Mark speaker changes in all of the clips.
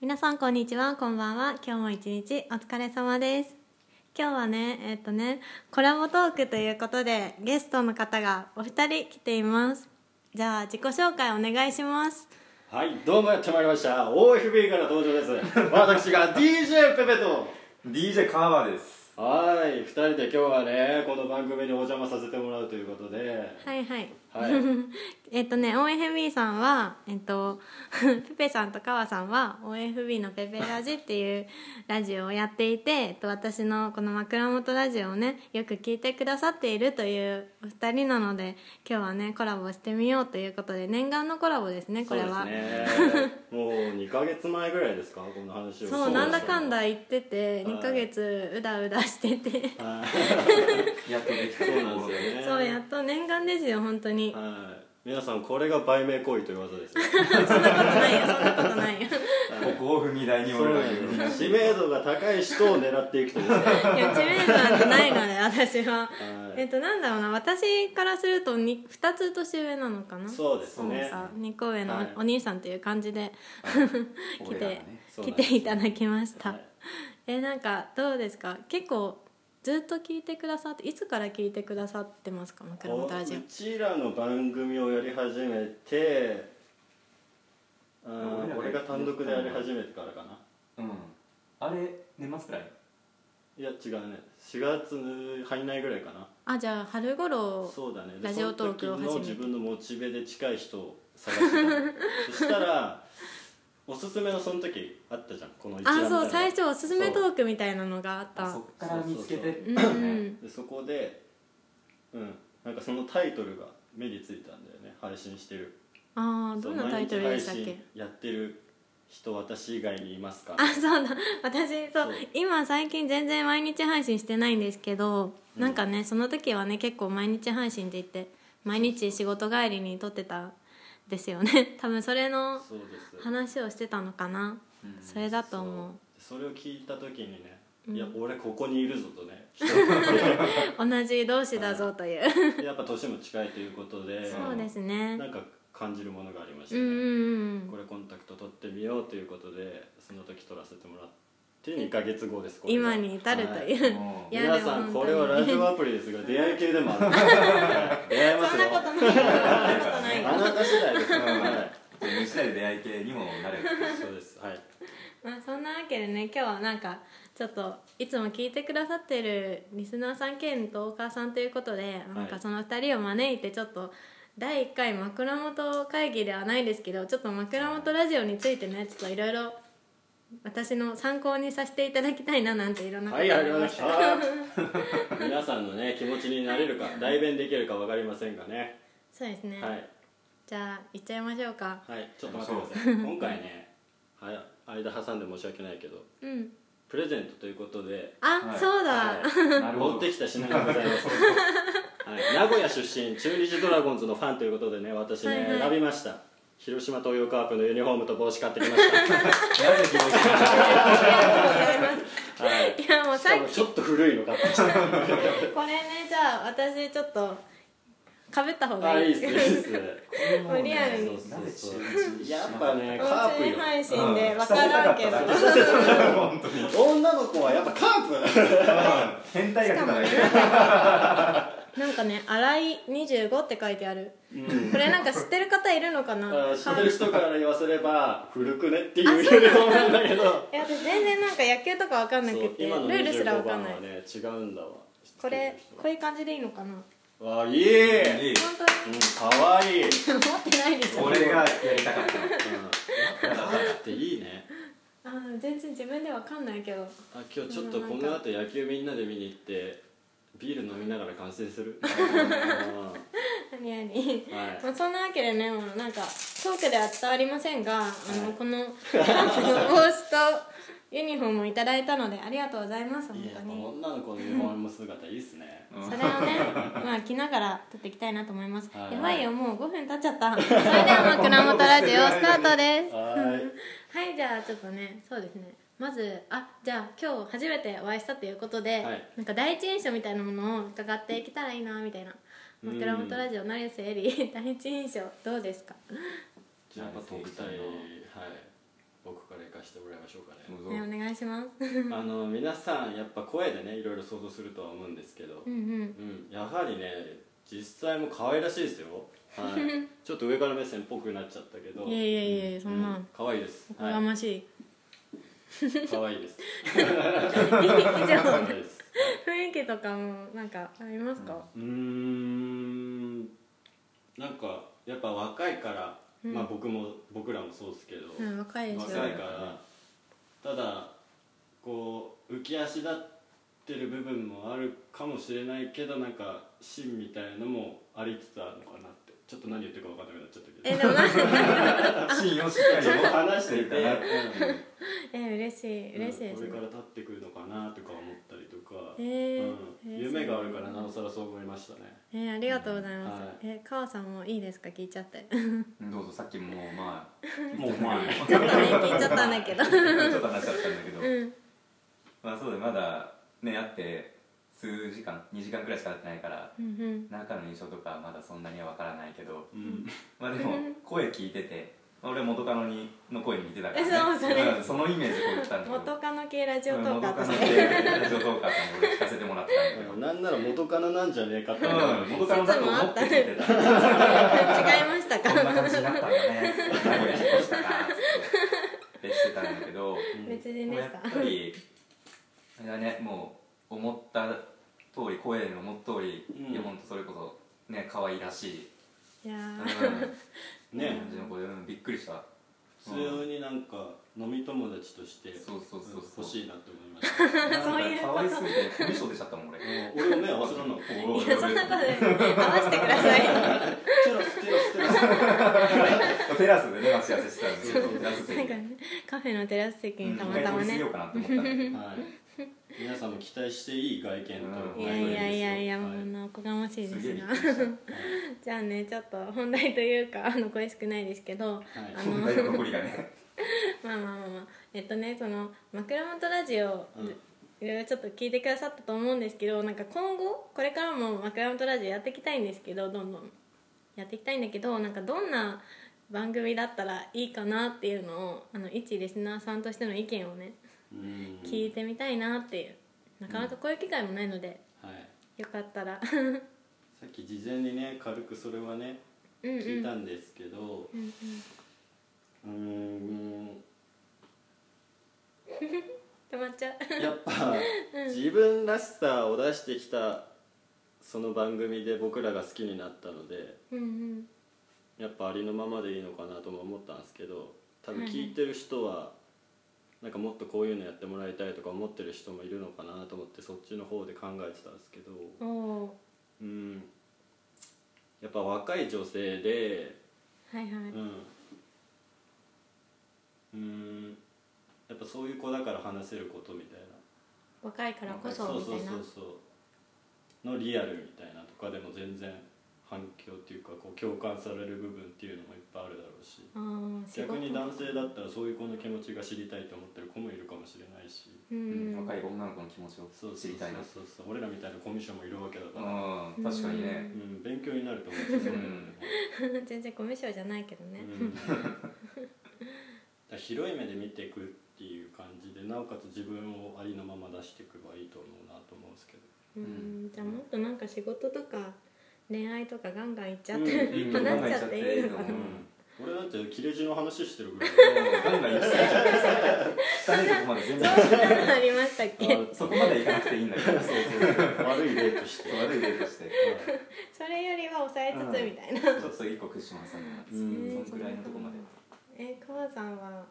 Speaker 1: 皆さんこんにちはこんばんは今日も一日お疲れ様です今日はねえっとねコラボトークということでゲストの方がお二人来ていますじゃあ自己紹介お願いします
Speaker 2: はい、どうもやってまいりました。OFB から登場です。私が DJ ペペと。
Speaker 3: DJ カーバーです
Speaker 2: はい、二人で今日はね、この番組にお邪魔させてもらうということで。
Speaker 1: はいはい
Speaker 2: はい。
Speaker 1: えっとね OFB さんはえっと ペペさんとカワさんは OFB の「ペペラジ」っていうラジオをやっていて、えっと、私のこの枕元ラジオをねよく聞いてくださっているというお二人なので今日はねコラボしてみようということで念願のコラボですねこれは
Speaker 2: そうですね。もう二ヶ月前ぐらいですか、この話を。
Speaker 1: そうなんだかんだ。言ってて
Speaker 2: はい
Speaker 1: 2ヶ月うだうだしてて
Speaker 3: やっとできた
Speaker 2: そうなんですよね。
Speaker 1: そうやっと念願ですよ本当に
Speaker 2: はい。皆さん、これが売名行為という技ですよ。
Speaker 1: そんなことないよそんなことないよ
Speaker 3: ここを踏み台に
Speaker 2: そう
Speaker 3: 俺ら
Speaker 2: な
Speaker 3: が
Speaker 2: ん
Speaker 3: 言
Speaker 2: で
Speaker 3: う
Speaker 2: すよ知名度が高い人を狙っていくとですね。
Speaker 1: いや知名度なんてないので私は。
Speaker 2: は。
Speaker 1: えっとなんだろうな私からすると 2, 二つ年上なのかない
Speaker 2: そうですね。
Speaker 1: 2個上の
Speaker 2: はい
Speaker 1: お兄さんという感じで、来
Speaker 3: 俺
Speaker 1: て、
Speaker 3: らがね
Speaker 2: そう
Speaker 1: 来
Speaker 2: なんです
Speaker 1: ていただきました、
Speaker 2: はい
Speaker 1: えなんかどうですか結構ずっと聞いてくださっていつから聞いてくださってますか枕元ラジ
Speaker 2: うちらの番組をやり始めてあー俺
Speaker 3: 俺
Speaker 2: が
Speaker 3: らが
Speaker 2: 単独でやり始めてからかな
Speaker 3: うんあれ年末くらい
Speaker 2: いや違うね4月入んないぐらいかな
Speaker 1: オあじゃあ春頃
Speaker 2: そうだねで
Speaker 1: ラジオトークを始
Speaker 2: その時の
Speaker 1: めて
Speaker 2: 自分のモチベで近い人を探してたそした らおすすめのその時あったじゃんこの一覧み
Speaker 1: あ
Speaker 2: たいなの
Speaker 1: そう最初おすすめトークみたいなのがあった
Speaker 3: あそっから見つけて
Speaker 1: うんうん
Speaker 2: でそこでうんなんかそのタイトルが目についたんだよね配信してる
Speaker 1: ああどんなタイトルでしたっ
Speaker 2: そう毎日
Speaker 1: け
Speaker 2: 配信やってる人私以外にいますか
Speaker 1: あ そうだ私そう
Speaker 2: そう
Speaker 1: 今最近全然毎日配信してないんですけど、
Speaker 2: うん
Speaker 1: なんかねその時はね結構毎日配信で言って毎日仕事帰りに撮ってたんですよね 多分それの
Speaker 2: そうです
Speaker 1: 話をしてたのかな、
Speaker 3: うん
Speaker 1: それだと思う
Speaker 2: そうそれを聞いた時にね、
Speaker 1: うん
Speaker 2: いや俺ここにいるぞと ね
Speaker 1: 同じ同士だぞという
Speaker 2: やっぱ年も近いということで
Speaker 1: そうですね
Speaker 2: なんか感じるものがありまし
Speaker 1: う
Speaker 2: た
Speaker 1: んう
Speaker 2: ね、
Speaker 1: んう
Speaker 2: こ
Speaker 1: ん
Speaker 2: れコンタクト取ってみようということでその時取らせてもらって2ヶ月後ですこれが
Speaker 1: 今に至ると
Speaker 2: は
Speaker 1: いう、
Speaker 3: も
Speaker 1: いや
Speaker 2: 皆さ
Speaker 1: で
Speaker 2: ん
Speaker 1: も本当
Speaker 2: これ
Speaker 1: に
Speaker 2: はラジオアプリですが出会い系でも あるはい出会えま
Speaker 1: そ
Speaker 2: す
Speaker 1: ん
Speaker 2: よ
Speaker 1: なことないよそんなことないよ
Speaker 2: あなた次第です、
Speaker 3: ううん
Speaker 2: はい
Speaker 3: 無視で出会い系にもなれる
Speaker 2: そうですはい
Speaker 1: まあそんなわけでね今日はなんかちょっといつも聞いてくださってるリスナーさん兼トーカーさんということで、なんかその2人を招いてちょっと第1回枕元会議ではないですけどちょっと枕元ラジオについてねちょっといろいろ私の参考にさせていただきたいななんていろんなこと
Speaker 2: はい、あり
Speaker 1: 思
Speaker 2: がとうございま
Speaker 1: し
Speaker 2: したた。 皆さんのね、気持ちになれるか、代弁できるかわかりませんがね。
Speaker 1: そうですね、
Speaker 2: はい、
Speaker 1: じゃあ行っちゃいましょうか
Speaker 2: はい、ちょっと待ってください。今回ね、はい、間挟んで申し訳ないけど、
Speaker 1: うん
Speaker 2: プレゼントということで。
Speaker 1: あ、
Speaker 3: はい
Speaker 1: そうだ、
Speaker 2: はい
Speaker 3: なるほ
Speaker 2: 持っ
Speaker 3: ど
Speaker 2: てきた品がございます。はい、名古屋出身、中日ドラゴンズのファンということでね、私ね、
Speaker 1: はいはい
Speaker 2: 選びました。広島東洋カープのユニフォームと帽子買ってきまし
Speaker 3: なぜ気持ち
Speaker 2: た。
Speaker 3: が
Speaker 2: は い。
Speaker 1: いやもう
Speaker 2: し
Speaker 1: さ
Speaker 2: か
Speaker 1: っ
Speaker 2: も
Speaker 1: き
Speaker 2: ちょっと古いの買ってきた。
Speaker 1: これねじゃあ私ちょっとかぶった方が
Speaker 2: あ、い
Speaker 1: い
Speaker 2: い
Speaker 1: い
Speaker 2: っすね、いいっ すね。
Speaker 1: もうリアルに
Speaker 3: なぜ中日
Speaker 2: やっぱね、カ
Speaker 1: 音
Speaker 2: ープ
Speaker 1: 声
Speaker 2: よ。
Speaker 1: 配信で分からんけど、
Speaker 3: うん本当に
Speaker 2: 女の子はやっぱカープ。
Speaker 3: 変態学だね
Speaker 1: なんかね「荒い25」って書いてある、これなんか知ってる方いるのかな
Speaker 2: あー知ってる人から言わせれば古くねっていう
Speaker 1: あ
Speaker 2: よ
Speaker 1: そう
Speaker 2: りもなんだけど
Speaker 1: いや私全然なんか野球とか分かんなく
Speaker 2: そう
Speaker 1: てル
Speaker 2: 今の
Speaker 1: ールすら
Speaker 2: 25
Speaker 1: 分かん
Speaker 2: 番
Speaker 1: ない、
Speaker 2: はね違うんだわ
Speaker 1: これこういう感じでいいのかな
Speaker 2: わあいい
Speaker 3: いい
Speaker 1: 本当に
Speaker 2: かわいいう
Speaker 1: 持
Speaker 2: ん
Speaker 1: ってないでしょ
Speaker 3: 俺がやりたかった
Speaker 2: カープっていいね
Speaker 1: あー全然自分で分かんないけど
Speaker 2: あ今日ちょっとこの後野球みんなで見に行ってビール飲みながら観戦す る
Speaker 1: 何何
Speaker 2: うんはい
Speaker 1: まあ、そんなわけでねもうなんかトークでは伝わりませんが、あ
Speaker 2: は
Speaker 1: の
Speaker 2: い
Speaker 1: このカープの帽子とユニフォームをいただいたのでありがとうございます本
Speaker 2: いいや
Speaker 1: 当
Speaker 2: っぱ
Speaker 1: に
Speaker 2: 女の子のユニフォーム姿いいっすね
Speaker 1: それをね、まあ、着ながら撮っていきたいなと思います、
Speaker 2: はい
Speaker 1: やばいよもう5分経っちゃ ったそれでは枕元ラジオスタートです
Speaker 2: は
Speaker 1: はいじゃあちょっとねそうですねまずあじゃあ今日初めてお会いしたということで、
Speaker 2: はい
Speaker 1: なんか第一印象みたいなものを伺っていけたらいいなみたいな
Speaker 2: うん
Speaker 1: 枕元ラジオ成瀬えり 第一印象どうですか
Speaker 2: じゃあやっぱ飛びたいはい僕から行かせてしてもらいましょうかね
Speaker 3: どうぞ
Speaker 1: ね、お願いし ます。
Speaker 2: あの皆さんやっぱ声でねいろいろ想像するとは思うんですけど
Speaker 1: う、んうん。
Speaker 2: うん、やはりね実際も可愛らしいですよ、 はい、ちょっと上から目線っぽくなっちゃったけど
Speaker 1: いやいやいやいやそんな
Speaker 2: う可愛いです
Speaker 1: おこ
Speaker 2: はい
Speaker 1: がましい。
Speaker 2: 可愛いです
Speaker 1: 以
Speaker 2: 可
Speaker 1: 上
Speaker 2: 愛いです
Speaker 1: 雰囲気とかもなんかありますか？
Speaker 2: うーんなんかやっぱ若いから、
Speaker 1: うん
Speaker 2: まあ僕も僕らもそうですけど、
Speaker 1: うん、若いですよ。
Speaker 2: 若いからただこう浮き足立ってる部分もあるかもしれないけどなんか芯みたいのもありつつあるのかなってちょっと何言ってるか分かんなくなっちゃったけ
Speaker 1: え
Speaker 2: ど
Speaker 1: でもなんか
Speaker 3: 芯をしっかり
Speaker 2: ちょっと話してて、
Speaker 3: な
Speaker 1: え嬉しい嬉しいで
Speaker 2: こ
Speaker 1: す
Speaker 2: れ
Speaker 1: ね
Speaker 2: から。立ってくるのかなとか思ったりとか、
Speaker 1: えー
Speaker 2: うん、
Speaker 1: 嬉しい
Speaker 2: 夢があるからなおさらそう思いましたね
Speaker 1: えーありがとうございます。
Speaker 2: はい
Speaker 1: え川さんもいいですか聞いちゃって。
Speaker 3: どうぞさっきもうまあ
Speaker 2: もう
Speaker 3: まあ
Speaker 1: ちょっとね聞いちゃったんだけど。
Speaker 3: ちょっと話しちゃったんだけど、
Speaker 1: うん
Speaker 3: まあそうだよまだね会って数時間2時間くらいしか会ってないから
Speaker 1: うんうん。
Speaker 3: 中の印象とかはまだそんなには分からないけど
Speaker 2: うん
Speaker 3: まあでも声聞いてて、まあ、俺元カノにの声に似てたから、
Speaker 1: えそうそれ
Speaker 3: んそのイメージでこう言ったんだけど
Speaker 1: 元カノ系ラジオトーカーとし
Speaker 3: うん元カノ
Speaker 1: て。
Speaker 3: でラジオトーカーさんに俺聞かせてもらったんだけ ど
Speaker 2: なんなら元カノなんじゃねえかって思う
Speaker 3: うん、元カノだと思って聞いて
Speaker 1: 違
Speaker 3: た
Speaker 1: いました
Speaker 3: こんな
Speaker 1: か？
Speaker 3: 感じになったんだね名古屋引っ越したなってしてたんだけど
Speaker 1: 別
Speaker 3: で
Speaker 1: 人
Speaker 3: も
Speaker 1: で
Speaker 3: や
Speaker 1: し。
Speaker 3: ったぱりあれだねもう思った通り声の思った通り、
Speaker 2: うん
Speaker 3: いやほんとそれこそね可愛らし
Speaker 1: い
Speaker 3: い、
Speaker 1: や
Speaker 3: うん、
Speaker 2: ねえ
Speaker 3: 感じの子でうんびっくりした
Speaker 2: 普通になんか飲み友達として
Speaker 3: そうそうそうそう
Speaker 2: 欲しいなって思いました
Speaker 3: なんか
Speaker 1: そういうこと
Speaker 3: 可愛すぎてコミショ出ちゃったもん俺
Speaker 2: うん俺も目合わせらんの
Speaker 1: ーいやそんなことで合わせてください。
Speaker 2: テラステラステラス
Speaker 3: テラスでね待ち合わせしてたんですけどテラス席
Speaker 1: なんかねカフェのテラス席にたまた
Speaker 3: うん
Speaker 1: ま
Speaker 3: 一回通り過
Speaker 1: ね
Speaker 3: ぎ。ようかなって思ったんだけど
Speaker 2: はい皆さんも期待していい外見と
Speaker 3: うん
Speaker 1: いやいやいやいや、
Speaker 2: は
Speaker 1: もうなおこがましいですす
Speaker 3: げえびっ
Speaker 1: が
Speaker 3: くりした
Speaker 1: じゃあねちょっと本題というかあの恋しくないですけど、あの
Speaker 3: 問題の残りがね
Speaker 1: まあまあまあまあえっとねその枕元ラジオ、
Speaker 2: うん
Speaker 1: いろいろちょっと聞いてくださったと思うんですけどなんか今後これからも枕元ラジオやっていきたいんですけどどんどんやっていきたいんだけどなんかどんな番組だったらいいかなっていうのをあの一リスナーさんとしての意見をね
Speaker 2: うん
Speaker 1: 聞いてみたいなっていうなかなかこういう機会もないので、
Speaker 2: はい
Speaker 1: よかったら
Speaker 2: さっき事前にね軽くそれはね
Speaker 1: うんうん
Speaker 2: 聞いたんですけど
Speaker 1: うんうん
Speaker 2: うーん
Speaker 1: 止まっちゃう
Speaker 2: やっぱ自分らしさを出してきたその番組で僕らが好きになったので
Speaker 1: うんうん
Speaker 2: やっぱありのままでいいのかなとも思ったんですけど多分
Speaker 1: はい
Speaker 2: 聞いてる人はなんかもっとこういうのやってもらいたいとか思ってる人もいるのかなと思ってそっちの方で考えてたんですけど
Speaker 1: おお
Speaker 2: うんやっぱ若い女性で
Speaker 1: ーはいは
Speaker 2: う
Speaker 1: い
Speaker 2: んうんやっぱそういう子だから話せることみたいな
Speaker 1: 若いからこそ
Speaker 2: そう
Speaker 1: みた
Speaker 2: そ
Speaker 1: いうな
Speaker 2: そうそうのリアルみたいなとかでも全然反響っていうかこう共感される部分っていうのもいっぱいあるだろうし
Speaker 1: あー仕事
Speaker 2: 逆に男性だったらそういう子の気持ちが知りたいと思ってる子もいるかもしれないし
Speaker 1: う
Speaker 3: うんん若い女の子の気持ち
Speaker 2: そ
Speaker 3: を
Speaker 2: うそう
Speaker 3: 知
Speaker 2: そ
Speaker 3: りた
Speaker 2: う
Speaker 3: いな
Speaker 2: そうそう俺らみたいなコミュ障もいるわけだから、
Speaker 3: うん確かにね
Speaker 2: うん、勉強になると思うんですよね、
Speaker 1: 全然コミュ障じゃないけどね、
Speaker 2: うん、だから広い目で見ていくっていう感じでなおかつ自分をありのまま出していけばいいと思うなと思うんですけ
Speaker 1: う
Speaker 2: ど
Speaker 1: ん
Speaker 3: ん
Speaker 1: じゃあもっとなんか仕事とか恋愛とかガンガンいっちゃって、
Speaker 2: うん
Speaker 3: いい
Speaker 1: ま
Speaker 3: と
Speaker 1: あ
Speaker 3: 思う
Speaker 1: なっちゃっていいのかな、
Speaker 3: う
Speaker 2: うん、俺だって切れ字の話してるぐらい
Speaker 3: ガンガン行き過ぎちゃって汚いとこまで全然
Speaker 1: そんなの ありましたっけ
Speaker 2: あ
Speaker 3: そこまで行かなくていいんだけどそう
Speaker 2: 悪い例として
Speaker 3: 悪い例として
Speaker 1: それよりは抑えつつみたいな、
Speaker 3: ちょっと一個クッション挟んでま
Speaker 2: う
Speaker 3: す、
Speaker 2: ん
Speaker 3: そんくらいのとこまで
Speaker 1: え川さんは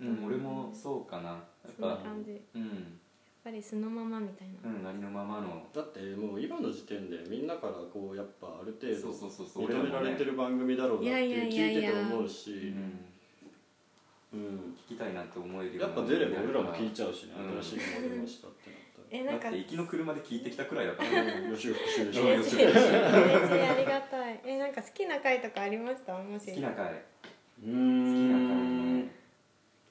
Speaker 3: うん俺もそうかなやっ
Speaker 1: そんな
Speaker 3: ぱ
Speaker 1: 感じやっ
Speaker 3: うん
Speaker 1: ぱり素のままみたいな、
Speaker 3: うんありのままの
Speaker 2: だってもう今の時点でみんなからこうやっぱある程
Speaker 3: そう
Speaker 2: 度
Speaker 3: そうそうそう
Speaker 2: 認められてる番組だろうなっていう
Speaker 1: いやいやい
Speaker 2: 聞い
Speaker 1: や
Speaker 2: て
Speaker 1: い
Speaker 2: て
Speaker 1: や
Speaker 2: 思う
Speaker 3: う
Speaker 2: し、
Speaker 3: ん
Speaker 2: うん、
Speaker 3: 聞きたいなって思えるよ
Speaker 2: やっぱ出れば俺らも聞い
Speaker 3: て
Speaker 2: ちゃうしね
Speaker 3: う
Speaker 2: 新
Speaker 3: ん
Speaker 2: しいのが出ましたってな
Speaker 1: え
Speaker 3: だ
Speaker 1: なん
Speaker 3: って
Speaker 1: か
Speaker 3: 行きの車で聞いてきたくらいだから
Speaker 2: ったらうん予習復習でしょ
Speaker 3: どうよ
Speaker 1: 嬉しい嬉しいありがたいえなんか好きな回とかありましたもし
Speaker 3: 好きな回
Speaker 2: うー
Speaker 3: 好きな回
Speaker 2: ん
Speaker 3: ね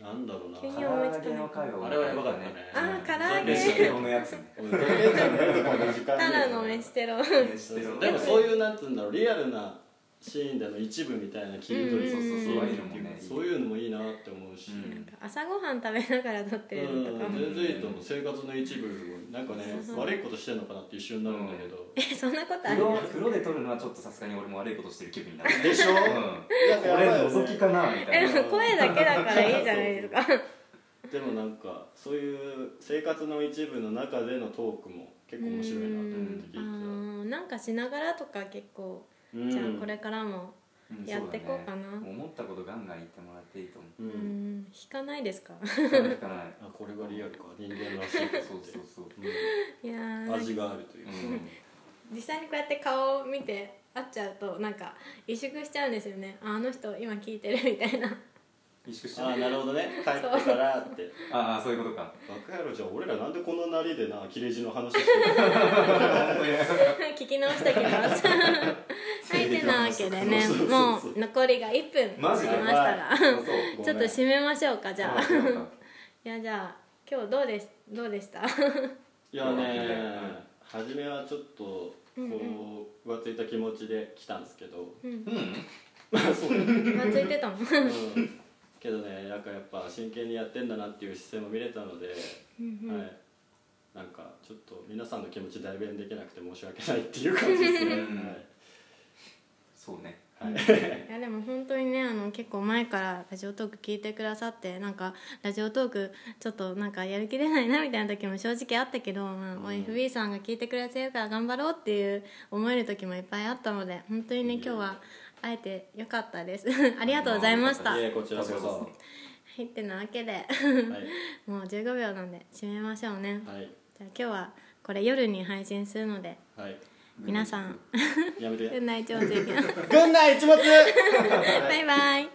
Speaker 2: なんだろうな
Speaker 1: 急
Speaker 3: 唐
Speaker 1: に思い
Speaker 3: 揚
Speaker 1: つかない
Speaker 3: げの回は
Speaker 2: あれはやばかったね
Speaker 1: あー唐揚げ
Speaker 3: レシピ用のやつね
Speaker 2: おいドラえもんの時間
Speaker 1: ただの飯テロ
Speaker 3: 飯テロ
Speaker 2: でもそういうなんつうんだろうリアルなシーンでの一部みたいな切り
Speaker 1: うん
Speaker 2: 取
Speaker 1: うん
Speaker 2: り
Speaker 1: そうそうそう
Speaker 2: いい
Speaker 1: ああ
Speaker 2: ね
Speaker 1: いう
Speaker 3: のもね
Speaker 2: そういうのもいいなって思うし、
Speaker 3: うん
Speaker 1: なんか朝ごはん食べながら撮ってるのとか
Speaker 2: うん
Speaker 1: も
Speaker 2: 全然いいと思う生活の一部をなんかね
Speaker 1: そうそう
Speaker 2: 悪いことしてんのかなって一瞬になるんだけど、
Speaker 1: えそんなことある
Speaker 3: 黒黒で撮るのはちょっとさすがに俺も悪いことしてる気分 になる
Speaker 2: でしょ、
Speaker 3: うん
Speaker 2: なんか
Speaker 3: こ
Speaker 2: やばい
Speaker 3: れ
Speaker 2: よね
Speaker 3: 覗きかなみたい
Speaker 1: え
Speaker 3: な
Speaker 1: でも声だけだからいいじゃないですか
Speaker 2: でもなんかそういう生活の一部の中でのトークも結構面白いなと思って聞いて
Speaker 1: う
Speaker 2: た
Speaker 1: んあーなんかしながらとか結構
Speaker 2: うん
Speaker 1: じゃあこれからも
Speaker 3: うん
Speaker 1: やってこうかな
Speaker 3: そうだね思ったことガンガン言ってもらっていいと思う
Speaker 2: う
Speaker 1: うんん引かないですか
Speaker 3: 聞かない
Speaker 2: あこれがリアルか人間らしいです
Speaker 3: そう
Speaker 2: って
Speaker 3: そうそう
Speaker 1: いや
Speaker 2: う
Speaker 1: ー
Speaker 2: ん味があるといううんか、
Speaker 1: 実際にこうやって顔を見て会っちゃうとなんか萎縮しちゃうんですよねああの人今聞いてるみたいな
Speaker 3: 萎縮しち
Speaker 2: あ
Speaker 3: ゃ
Speaker 2: あ
Speaker 3: う
Speaker 2: なるほどね帰ってからって
Speaker 3: ああそういうこと か
Speaker 2: バカ野郎じゃあ俺らなんでこのなりでな切れ字の話してるの
Speaker 1: 聞き直してきます はいてなわけでね
Speaker 2: そうそうそう
Speaker 1: もう残りが1分
Speaker 3: マジ
Speaker 1: し
Speaker 3: で
Speaker 1: ましたが
Speaker 3: あ そう
Speaker 2: ごめ ん
Speaker 1: ちょっと締めましょうかじゃあ
Speaker 3: あそうか
Speaker 1: いやじゃあ今日どうですどうでした
Speaker 2: いや
Speaker 3: うん
Speaker 2: ね初めはちょっとこう、浮ついた気持ちで来たんですけど、
Speaker 3: うん
Speaker 2: そうだね
Speaker 1: まついてたもんうん
Speaker 2: うんけどねなんかやっぱ真剣にやってんだなっていう姿勢も見れたので、
Speaker 1: うん
Speaker 2: はいなんかちょっと皆さんの気持ち代弁できなくて申し訳ないっていう感じですね、
Speaker 3: うんそうね
Speaker 2: はいはい
Speaker 1: いやでも本当にねあの結構前からラジオトーク聞いてくださってなんかラジオトークちょっとなんかやる気出ないなみたいな時も正直あったけど、まあ
Speaker 2: ん
Speaker 1: OFB さんが聞いてくれてるから頑張ろうっていう思える時もいっぱいあったので本当にね
Speaker 2: いえいえ
Speaker 1: 今日は会えてよかったですありがとうございました
Speaker 2: い
Speaker 1: は
Speaker 2: えこちらこそ
Speaker 3: こ
Speaker 1: いってなわけで
Speaker 2: はい、
Speaker 1: もう15秒なんで締めましょうね
Speaker 2: はい
Speaker 1: じゃあ今日はこれ夜に配信するので
Speaker 2: はい、
Speaker 1: 皆さん
Speaker 2: やめて
Speaker 1: 内内調整
Speaker 2: 軍内一物
Speaker 1: バイバイ